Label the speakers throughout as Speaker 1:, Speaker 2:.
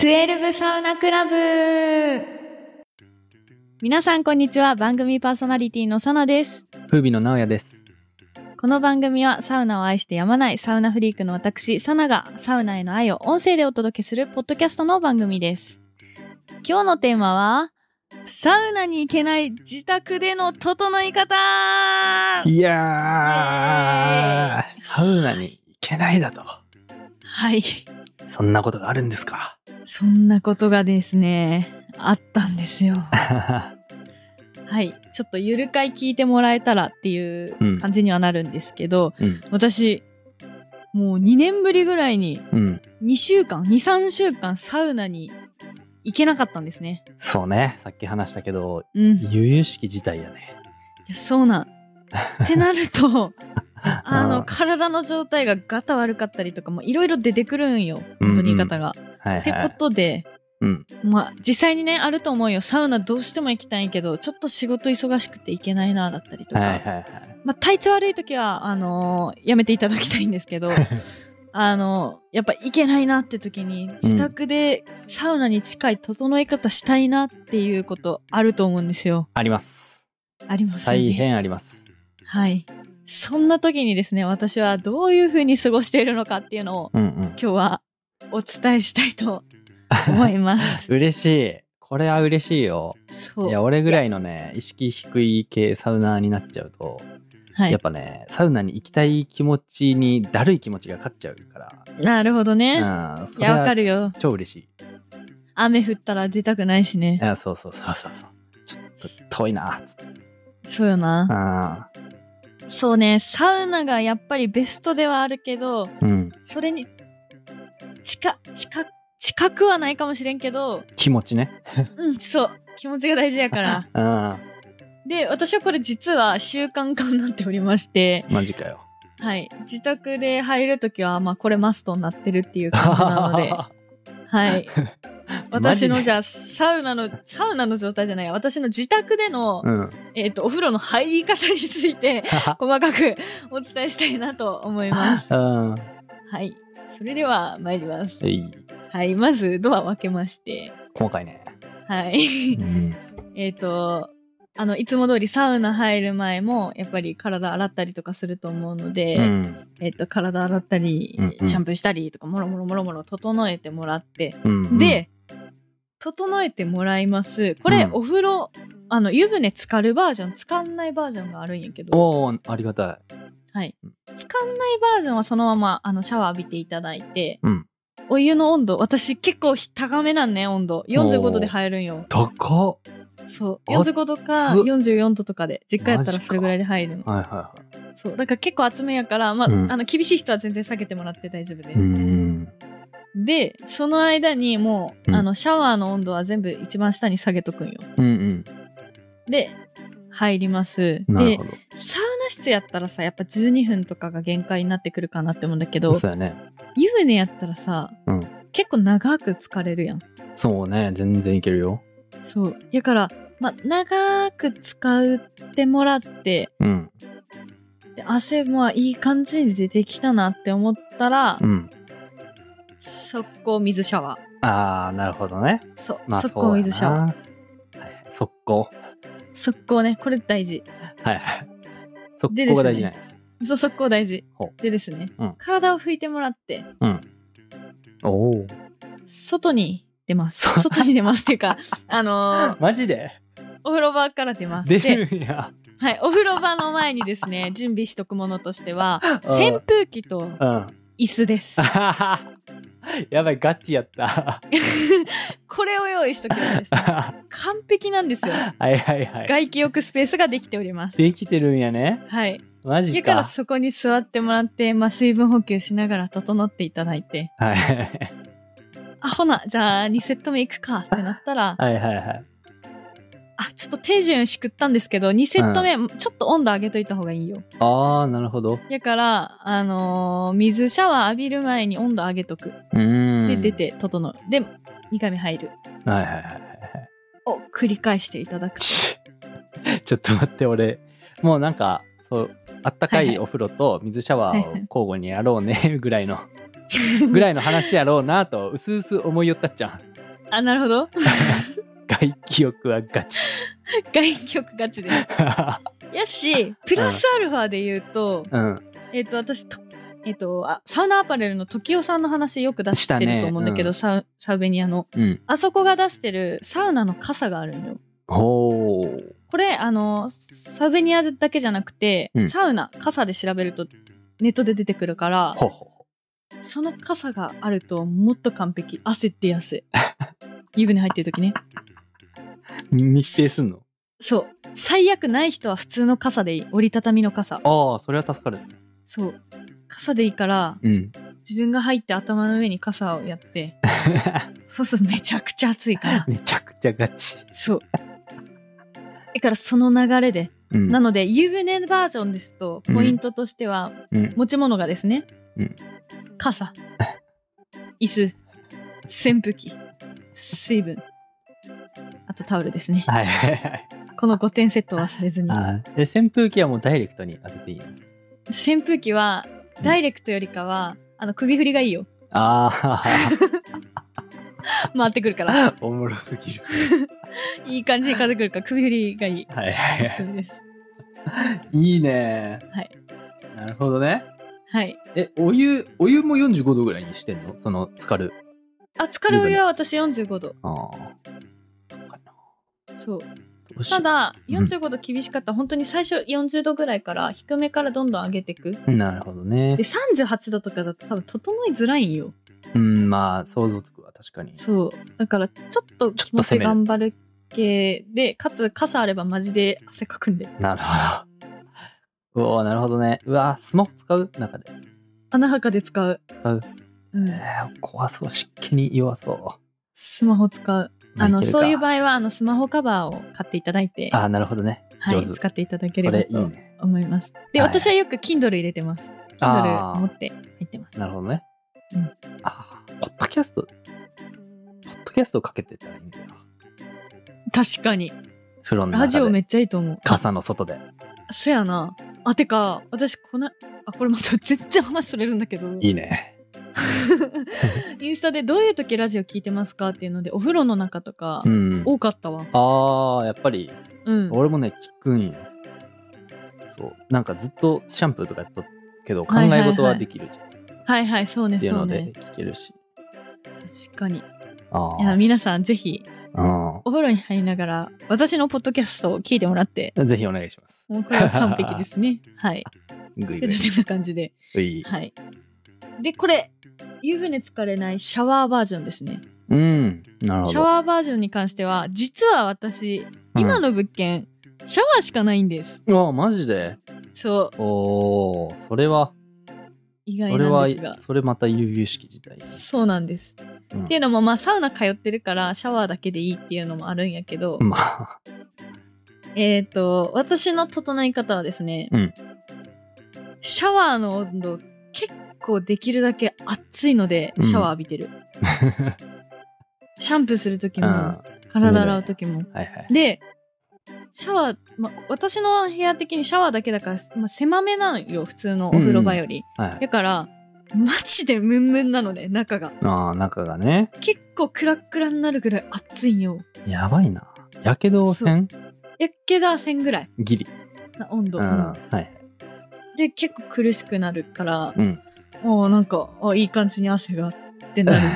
Speaker 1: 12サウナクラブ皆さんこんにちは番組パーソナリティのサナです
Speaker 2: 風美の直哉です。
Speaker 1: この番組はサウナを愛してやまないサウナフリークの私サナがサウナへの愛を音声でお届けするポッドキャストの番組です今日のテーマはサウナに行けない自宅での整い方
Speaker 2: いやー、サウナに行けないだと。
Speaker 1: はい
Speaker 2: そんなことがあるんですか。
Speaker 1: そんなことがですねあったんですよはい、ちょっとゆるかい聞いてもらえたらっていう
Speaker 2: うん
Speaker 1: 感じにはなるんですけど、
Speaker 2: うん、
Speaker 1: 私もう2年ぶりぐらいに
Speaker 2: うん、
Speaker 1: 2週間23週間サウナに行けなかったんですね。
Speaker 2: そうね。さっき話したけど、
Speaker 1: うん、い
Speaker 2: 由々しき事態やね。
Speaker 1: やそうなん。ってなる とあ
Speaker 2: う
Speaker 1: の
Speaker 2: ん
Speaker 1: 体の状態がガタ悪かったりとかもいろいろ出てくるんよ本当に言い方が。
Speaker 2: はい
Speaker 1: って
Speaker 2: は
Speaker 1: こ
Speaker 2: い。
Speaker 1: とで、
Speaker 2: うん、
Speaker 1: まあ、実際にねあると思うよサウナどうしても行きたいけどちょっと仕事忙しくて行けないなだったりとか、
Speaker 2: はいはいはい。
Speaker 1: まあ、体調悪い時はあのーやめていただきたいんです けどあのやっぱ行けないなって時に自宅でサウナに近い整え方したいなっていうことあると思うんですよ。
Speaker 2: あります。
Speaker 1: ありますよね。
Speaker 2: 大変あります。
Speaker 1: はい。そんな時にですね私はどういうふうに過ごしているのかっていうのを
Speaker 2: うんうん。
Speaker 1: 今日はお伝えしたいと思いま す。
Speaker 2: 嬉しい。これは嬉しいよ。
Speaker 1: そう
Speaker 2: いや、俺ぐらいのね、意識低い系サウナーになっちゃうと、
Speaker 1: はい
Speaker 2: やっぱね、サウナに行きたい気持ちにだるい気持ちが勝っちゃうから。
Speaker 1: なるほどね。
Speaker 2: うん、そ
Speaker 1: い
Speaker 2: れ
Speaker 1: やわか
Speaker 2: は
Speaker 1: るよ。
Speaker 2: 超嬉しい。
Speaker 1: 雨降ったら出たくないしね。
Speaker 2: あそうそうそうそうそう。ちょっと遠いなっつって。
Speaker 1: そうよな。
Speaker 2: あ
Speaker 1: そうね、サウナがやっぱりベストではあるけど、
Speaker 2: ーうん。
Speaker 1: それに、近、近、近くはないかもしれんけど、
Speaker 2: 気持ちね。
Speaker 1: うん、そう、気持ちが大事やから。
Speaker 2: うん。
Speaker 1: で、私はこれ実は習慣化になっておりまして、
Speaker 2: マジかよ。
Speaker 1: はい、自宅で入るときは、まあこれマストになってるっていう感じな ので、はい。私のじゃあ、サウナの、サウナの状態じゃない、私の自宅での、
Speaker 2: うん。
Speaker 1: えっ、と、お風呂の入り方について、細かくお伝えしたいなと思います。
Speaker 2: うん。
Speaker 1: はい。それでは参ります
Speaker 2: え。い。
Speaker 1: はい。まずドアを開けまして。
Speaker 2: 細かいね。
Speaker 1: は
Speaker 2: う
Speaker 1: い。
Speaker 2: ん。
Speaker 1: えっと、あの、いつも通りサウナ入る前も、やっぱり体洗ったりとかすると思うので、
Speaker 2: うん。
Speaker 1: えっと、体洗ったり
Speaker 2: うんう、ん
Speaker 1: シャンプーしたりとか、もろもろもろもろ整えてもらって、
Speaker 2: うん、
Speaker 1: で、整えてもらいます。これ、
Speaker 2: うん
Speaker 1: お風呂、あの、湯船浸かるバージョン、浸かんないバージョンがあるんやけど、
Speaker 2: おー、ありがたい。
Speaker 1: はい
Speaker 2: うん。
Speaker 1: 浸かんないバージョンはそのまま、あの、シャワー浴びていただいて、
Speaker 2: うん。
Speaker 1: お湯の温度私結構高めなんね温度45度で入るんよ
Speaker 2: 高っ。
Speaker 1: そう
Speaker 2: あっ
Speaker 1: 45度か44度とかで実家やったら
Speaker 2: マジ
Speaker 1: そ
Speaker 2: か
Speaker 1: れぐらいで入るの
Speaker 2: はいはいは
Speaker 1: そうだから結構厚めやから、まあ
Speaker 2: うん
Speaker 1: あの厳しい人は全然下げてもらって大丈夫で
Speaker 2: い。う、ん。
Speaker 1: でその間にもう、
Speaker 2: うん
Speaker 1: あのシャワーの温度は全部一番下に下げとくんよ
Speaker 2: うんうん。
Speaker 1: で入ります
Speaker 2: なる
Speaker 1: で
Speaker 2: ほ
Speaker 1: サウナ室やったらさやっぱ12分とかが限界になってくるかなって思うんだけど
Speaker 2: ど。そうやね。
Speaker 1: 湯船やったらさ、
Speaker 2: うん
Speaker 1: 結構長く疲れるやん
Speaker 2: そうね。全然いけるよ。
Speaker 1: そう。やから、まあ、長く使ってもらって、
Speaker 2: うん。
Speaker 1: で汗もいい感じに出てきたなって思ったら、
Speaker 2: うん。
Speaker 1: 速攻水シャワ
Speaker 2: あー、なるほどね
Speaker 1: ー。。そう。
Speaker 2: まあ、
Speaker 1: 速攻水シャワー。
Speaker 2: ー。はい。速攻。
Speaker 1: 速攻ね。これ大事。
Speaker 2: はいはい。速
Speaker 1: で
Speaker 2: 攻が大事ね。
Speaker 1: そう、速攻大事
Speaker 2: ほ。
Speaker 1: でですね、
Speaker 2: うん
Speaker 1: 体を拭いてもらって、
Speaker 2: おおー。
Speaker 1: 外に出ます。
Speaker 2: そう
Speaker 1: 外に出ますっていう か、あのー
Speaker 2: マジで
Speaker 1: お風呂場から出ます。
Speaker 2: 出
Speaker 1: で、
Speaker 2: るんや。
Speaker 1: はい、お風呂場の前にですね、準備しとくものとしては、
Speaker 2: うん
Speaker 1: 扇風機と
Speaker 2: うん。
Speaker 1: 椅子です
Speaker 2: あ。ははやばい、ガチやった。
Speaker 1: これを用意しときました。
Speaker 2: は
Speaker 1: 完璧なんですよ。
Speaker 2: いはいはい。
Speaker 1: 外気浴スペースができております。
Speaker 2: できてるんやね。
Speaker 1: はい。
Speaker 2: マジ
Speaker 1: だから
Speaker 2: か。
Speaker 1: そこに座ってもらって、まあ、水分補給しながら整っていただいて、
Speaker 2: はい
Speaker 1: あ、ほな、じゃあ2セット目行くかってなったら、
Speaker 2: はいはいはい。
Speaker 1: あ、ちょっと手順しくったんですけど、2セット目、ちょっと温度上げといた方がいいよ。
Speaker 2: あー、なるほど。
Speaker 1: だから、あのー水シャワー浴びる前に温度上げとく。
Speaker 2: うーん。
Speaker 1: で、出。て、整う。で、2回目入る。
Speaker 2: はいはいはいはい
Speaker 1: を繰り返していただく。
Speaker 2: ち。 ちょっと待って、俺、もうなんか、そう、あったか
Speaker 1: はいはいい
Speaker 2: お風呂と水シャワーを
Speaker 1: はいはい
Speaker 2: 交 互にやろうね、ぐらいの、ぐらいの話やろうなと、うすうす思いよったっちゃん。
Speaker 1: あ、なるほど。
Speaker 2: 外気浴はガチ。
Speaker 1: 外気浴ガチで。やし、プラスアルファで言うと、
Speaker 2: うん。
Speaker 1: えっ、と、私と、えっ、とあ、サウナアパレルの時代さんの話よく出してると思うんだけど、サウサウベニアの。
Speaker 2: うん。
Speaker 1: あそこが出してるサウナの傘があるんよ。
Speaker 2: ほう。
Speaker 1: これ、あの、サウベニアだけじゃなくて、
Speaker 2: うん
Speaker 1: サウナ、傘で調べるとネットで出てくるから、
Speaker 2: ほうほ
Speaker 1: その傘があるともっと完璧。汗って汗。 湯船入ってる時ね。
Speaker 2: う。密閉すんの
Speaker 1: そう。最悪ない人は普通の傘でいい。折りたたみの傘。
Speaker 2: ああ、それは助かる。
Speaker 1: そう。傘でいいから、
Speaker 2: うん。
Speaker 1: 自分が入って頭の上に傘をやって、 そうするとめちゃくちゃ暑いから。
Speaker 2: めちゃくちゃガチ。
Speaker 1: そう。だからその流れで。
Speaker 2: うん
Speaker 1: なので、湯船バージョンですと、ポイントとしては、
Speaker 2: うん。
Speaker 1: 持ち物がですね、
Speaker 2: うん
Speaker 1: 傘、椅子、扇風機、水分、あとタオルですね。
Speaker 2: はいはいはい。
Speaker 1: この5点セットを忘れずに。
Speaker 2: あーえ、扇風機はもうダイレクトに当てていいの
Speaker 1: 扇風機は、ダイレクトよりかは、あの、首振りがいいよ。
Speaker 2: あ
Speaker 1: 回ってくるから。
Speaker 2: あ、おもろすぎる。
Speaker 1: いい感じに風来るから、首振りがいい。
Speaker 2: はいはいは
Speaker 1: そうです。
Speaker 2: い。いいね。
Speaker 1: はい。
Speaker 2: なるほどね。
Speaker 1: はい。
Speaker 2: え、お湯、お湯も45度ぐらいにしてんのその、浸かる。
Speaker 1: あ、疲れお湯は私45度。
Speaker 2: ああ。どうかな
Speaker 1: そう。
Speaker 2: どうしよ
Speaker 1: た
Speaker 2: う
Speaker 1: だ、
Speaker 2: うん
Speaker 1: 45度厳しかったら、本当に最初40度ぐらいから、低めからどんどん上げていく。
Speaker 2: なるほどね
Speaker 1: で、。38度とかだと多分整いづらいんよ。
Speaker 2: うん、まあ、想像つくわ、確かに。
Speaker 1: そう。だから、ちょっと気持ち頑張る系で、かつ傘あればマジで汗かくんで。
Speaker 2: なるほど。 うおーなるほどね。うわースマホ使う中で。
Speaker 1: 穴はかで使う。
Speaker 2: 使う。
Speaker 1: うん
Speaker 2: え。ー怖そう、湿気に弱そ
Speaker 1: スマホ使う。
Speaker 2: う。
Speaker 1: あの、そういう
Speaker 2: 合。
Speaker 1: 場合は、あの、スマホカバーを買っていただいて、
Speaker 2: あーなるほどね。
Speaker 1: はい、
Speaker 2: 上手。
Speaker 1: 使っていただけれ
Speaker 2: そ
Speaker 1: ば
Speaker 2: れいい
Speaker 1: と
Speaker 2: ね。
Speaker 1: 思います。で、
Speaker 2: はい
Speaker 1: 私はよく Kindle 入れてます。
Speaker 2: あ
Speaker 1: Kindle 持
Speaker 2: ー
Speaker 1: って入ってます。
Speaker 2: なるほどね。
Speaker 1: うん
Speaker 2: あーポッドキャスト、ポッドキャストかけてたらいいんだよ。
Speaker 1: 確かに。
Speaker 2: 風呂の中で。
Speaker 1: ラジオめっちゃいいと思う。
Speaker 2: 傘の外で。
Speaker 1: せやな。あ、てか、私、この、あ、これまた 全然話それるんだけど、
Speaker 2: いいね。
Speaker 1: インスタでどういう時ラジオ聞いてますかっていうので、お風呂の中とか
Speaker 2: う、ん。
Speaker 1: 多かったわ。
Speaker 2: ああ、やっぱり、
Speaker 1: うん。
Speaker 2: 俺もね、聞くんよ。そう。なんかずっとシャンプーとかやっとくけど、考
Speaker 1: はいはい
Speaker 2: え
Speaker 1: はい
Speaker 2: 事はできるじゃん。
Speaker 1: はいはい、そうね、
Speaker 2: っていう
Speaker 1: そう
Speaker 2: ので
Speaker 1: ね。
Speaker 2: 聞けるし。
Speaker 1: 確かに。い
Speaker 2: あ
Speaker 1: や、皆さん、ぜひ、
Speaker 2: あ。
Speaker 1: お風呂に入りながら、私のポッドキャストを聞いてもらって、
Speaker 2: うん。ぜひお願いします。
Speaker 1: もうこれは完璧です ね。はい。
Speaker 2: ぐい
Speaker 1: て
Speaker 2: ぐ
Speaker 1: なて
Speaker 2: い。
Speaker 1: な感じで。
Speaker 2: うい
Speaker 1: はい。で、これ、湯船疲れないシャワーバージョンですね。
Speaker 2: うん。なるほど。
Speaker 1: シャワーバージョンに関しては、実は私、今の物件、シャワーしかないんです。
Speaker 2: うん、ああ、マジで
Speaker 1: そう、
Speaker 2: おー、それは、
Speaker 1: 意
Speaker 2: そ
Speaker 1: 外
Speaker 2: れ
Speaker 1: なん
Speaker 2: は
Speaker 1: ですが、。
Speaker 2: それまた悠々しき事態。
Speaker 1: そうなんです。
Speaker 2: うん
Speaker 1: っていうのも、まあ、サウナ通ってるから、シャワーだけでいいっていうのもあるんやけど、
Speaker 2: まあ、
Speaker 1: えっ、と、私の整い方はですね、
Speaker 2: うん
Speaker 1: シャワーの温度、結構できるだけ熱いので、シャワー浴び てる。シャンプーするときも、体洗うと
Speaker 2: き。
Speaker 1: きも。
Speaker 2: はいはい。
Speaker 1: で、シャワー、ま、私の部屋的にシャワーだけだから、ま狭めなのよ、普通のお風呂場より。
Speaker 2: はい、
Speaker 1: だから、マジでムンムンなのね、中が。
Speaker 2: ああ、中がね、
Speaker 1: 結構クラックラになるぐらい熱いんよ。
Speaker 2: やばいな。やけどをせん
Speaker 1: やっけだ線ぐらい
Speaker 2: ギリ。
Speaker 1: な温度。
Speaker 2: うん。はい。
Speaker 1: で、結構苦しくなるから、
Speaker 2: うん。
Speaker 1: もうなんか、あいい感じに汗がってなる。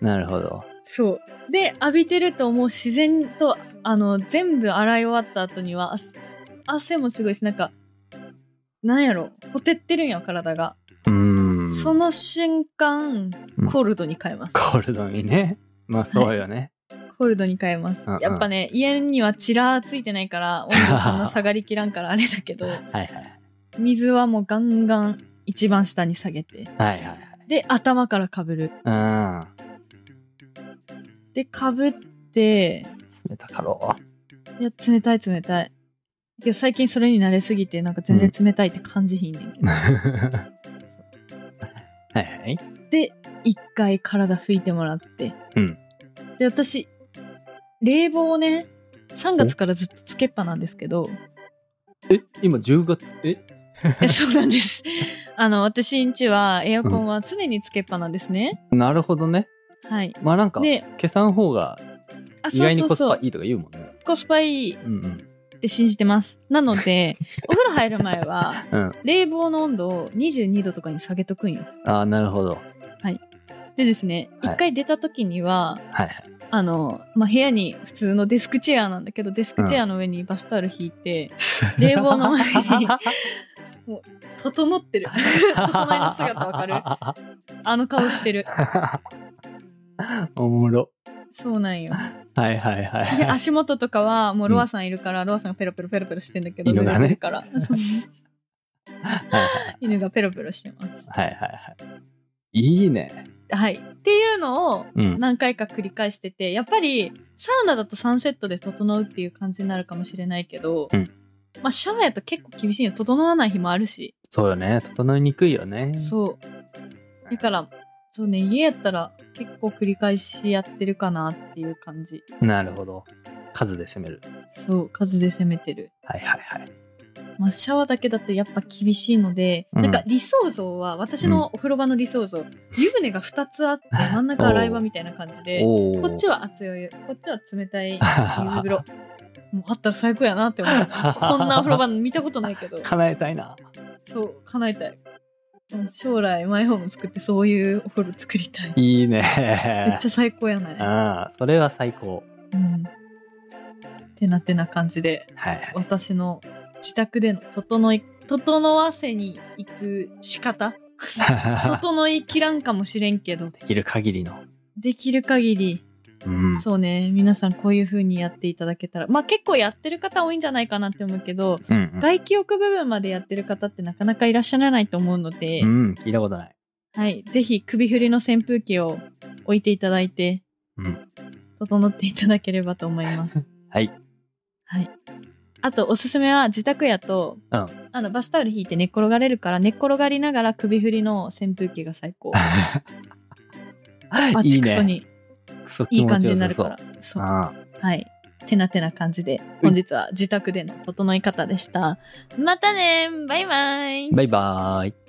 Speaker 2: なるほど。
Speaker 1: そう。で、浴びてるともう自然と、あの、全部洗い終わった後には、あ汗もすごいし、なんか、なんやろ、ほてってるんや、体が。
Speaker 2: うーん。
Speaker 1: その瞬間
Speaker 2: うん、
Speaker 1: コールドに変えます。
Speaker 2: コールドにね。まあ、そうよね。
Speaker 1: コールドに変えます
Speaker 2: うんうん。
Speaker 1: やっぱね、家にはチラーついてない から、温度そんな下がりきらんからあれだけど、
Speaker 2: はいはい。
Speaker 1: 水はもうガンガン一番下に下げて。
Speaker 2: はいはいはい。
Speaker 1: で、頭からかぶる。
Speaker 2: うん。
Speaker 1: で、かぶって、
Speaker 2: 冷たかろ
Speaker 1: いや、冷たい冷たい。けど最近それに慣れすぎて、なんか全然冷たいって感じひんねんけ
Speaker 2: う。
Speaker 1: ど。
Speaker 2: はいはい。
Speaker 1: で、一回体拭いてもらって。
Speaker 2: うん
Speaker 1: で、私、冷房をね、3月からずっとつけっぱなんですけど、
Speaker 2: え、今10月、え
Speaker 1: えそうなんです。あの、私んちはエアコンは常につけっぱなんですね。
Speaker 2: なるほどね。
Speaker 1: はい。
Speaker 2: まあなんか、
Speaker 1: で、
Speaker 2: 消さん方が
Speaker 1: あ、
Speaker 2: 意
Speaker 1: そう
Speaker 2: 外に
Speaker 1: そ
Speaker 2: コ
Speaker 1: う
Speaker 2: ス
Speaker 1: そ
Speaker 2: パ
Speaker 1: う。
Speaker 2: いいとか言うもんね。
Speaker 1: コスパいいっ
Speaker 2: うん
Speaker 1: て信じてます。なので、 お風呂入る前は、
Speaker 2: うん。うん。
Speaker 1: 冷房の温度を22度とかに下げとくんよ。
Speaker 2: ああ、なるほど。
Speaker 1: でですね、一、
Speaker 2: はい
Speaker 1: 回出た時には、
Speaker 2: はいはい。
Speaker 1: あの、まあ、部屋に普通のデスクチェアなんだけど、デスクチェアの上にバスタオル引いて、 冷房の前 に整ってる。 整えの姿わかる
Speaker 2: る
Speaker 1: あの顔してる。
Speaker 2: おもろ。
Speaker 1: そうなんよ。
Speaker 2: はいはいはい。
Speaker 1: で、足元とかは、もうロアさんいるから、ロアさんがペロペロペロペロしてんだけど、
Speaker 2: 犬がね
Speaker 1: 濡れてるから。 そう
Speaker 2: はいはい
Speaker 1: 犬がペロペロしてます。
Speaker 2: はいはいはい。いいね。
Speaker 1: はい。っていうのを、
Speaker 2: うん。
Speaker 1: 何回か繰り返してて、やっぱり、サウナだと3セットで整うっていう感じになるかもしれないけど、
Speaker 2: うん
Speaker 1: まあ、シャワーやと結構厳しいよ。整わない日もあるし。
Speaker 2: そうよね。整いにくいよね。
Speaker 1: そう。だから、そうね、家やったら結構繰り返しやってるかなっていう感じ。
Speaker 2: なるほど。数で攻める。
Speaker 1: そう、数で攻めてる。
Speaker 2: はいはいはい。
Speaker 1: まあ、シャワーだけだとやっぱ厳しいので、
Speaker 2: うん
Speaker 1: なんか理想像は、私のお風呂場の理想像、湯船が2つあって、真ん中洗い場みたいな感じで、
Speaker 2: お
Speaker 1: こっち
Speaker 2: は、
Speaker 1: は熱いお湯、こっちは冷たい水風呂。もうあったら最高やなって思う。こんなお風呂場見たことないけど
Speaker 2: 叶えたいな。
Speaker 1: そう、叶えたい。うん将来マイホーム作ってそういうお風呂作りたい。
Speaker 2: いい
Speaker 1: めっ
Speaker 2: ね
Speaker 1: ち。ゃ最高やない。
Speaker 2: ああ、それは最高。
Speaker 1: うん。てなてな感じで、
Speaker 2: はいはい。
Speaker 1: 私の自宅での整い、整わせに行く仕 方整いきらんかもしれんけど、
Speaker 2: できる限りの。
Speaker 1: できる限り、
Speaker 2: うん。
Speaker 1: そうね、皆さんこういう風にやっていただけたら、まあ結構やってる方多いんじゃないかなって思うけど、
Speaker 2: うんうん
Speaker 1: 外気浴部分までやってる方ってなかなかいらっしゃらないと思うので、
Speaker 2: うん、聞いたことない。
Speaker 1: はい、ぜひ首振りの扇風機を置いていただいて、
Speaker 2: うん
Speaker 1: 整っていただければと思います。
Speaker 2: はい。
Speaker 1: はい。あと、おすすめは自宅やと、
Speaker 2: うん
Speaker 1: あのバスタオル引いて寝っ転がれるから、寝っ転がりながら首振りの扇風機が最 高。 あ
Speaker 2: い
Speaker 1: ち
Speaker 2: い
Speaker 1: くそ
Speaker 2: ね。
Speaker 1: に
Speaker 2: クソ
Speaker 1: い
Speaker 2: 気
Speaker 1: い
Speaker 2: 持
Speaker 1: 感
Speaker 2: ち
Speaker 1: じ
Speaker 2: よ
Speaker 1: にな
Speaker 2: さ
Speaker 1: る
Speaker 2: そ
Speaker 1: か
Speaker 2: う
Speaker 1: ら。。そう。
Speaker 2: あ
Speaker 1: はい。てなてな感じで、本日は自宅での整い方でした。またねバイバイ
Speaker 2: あバイバーイ。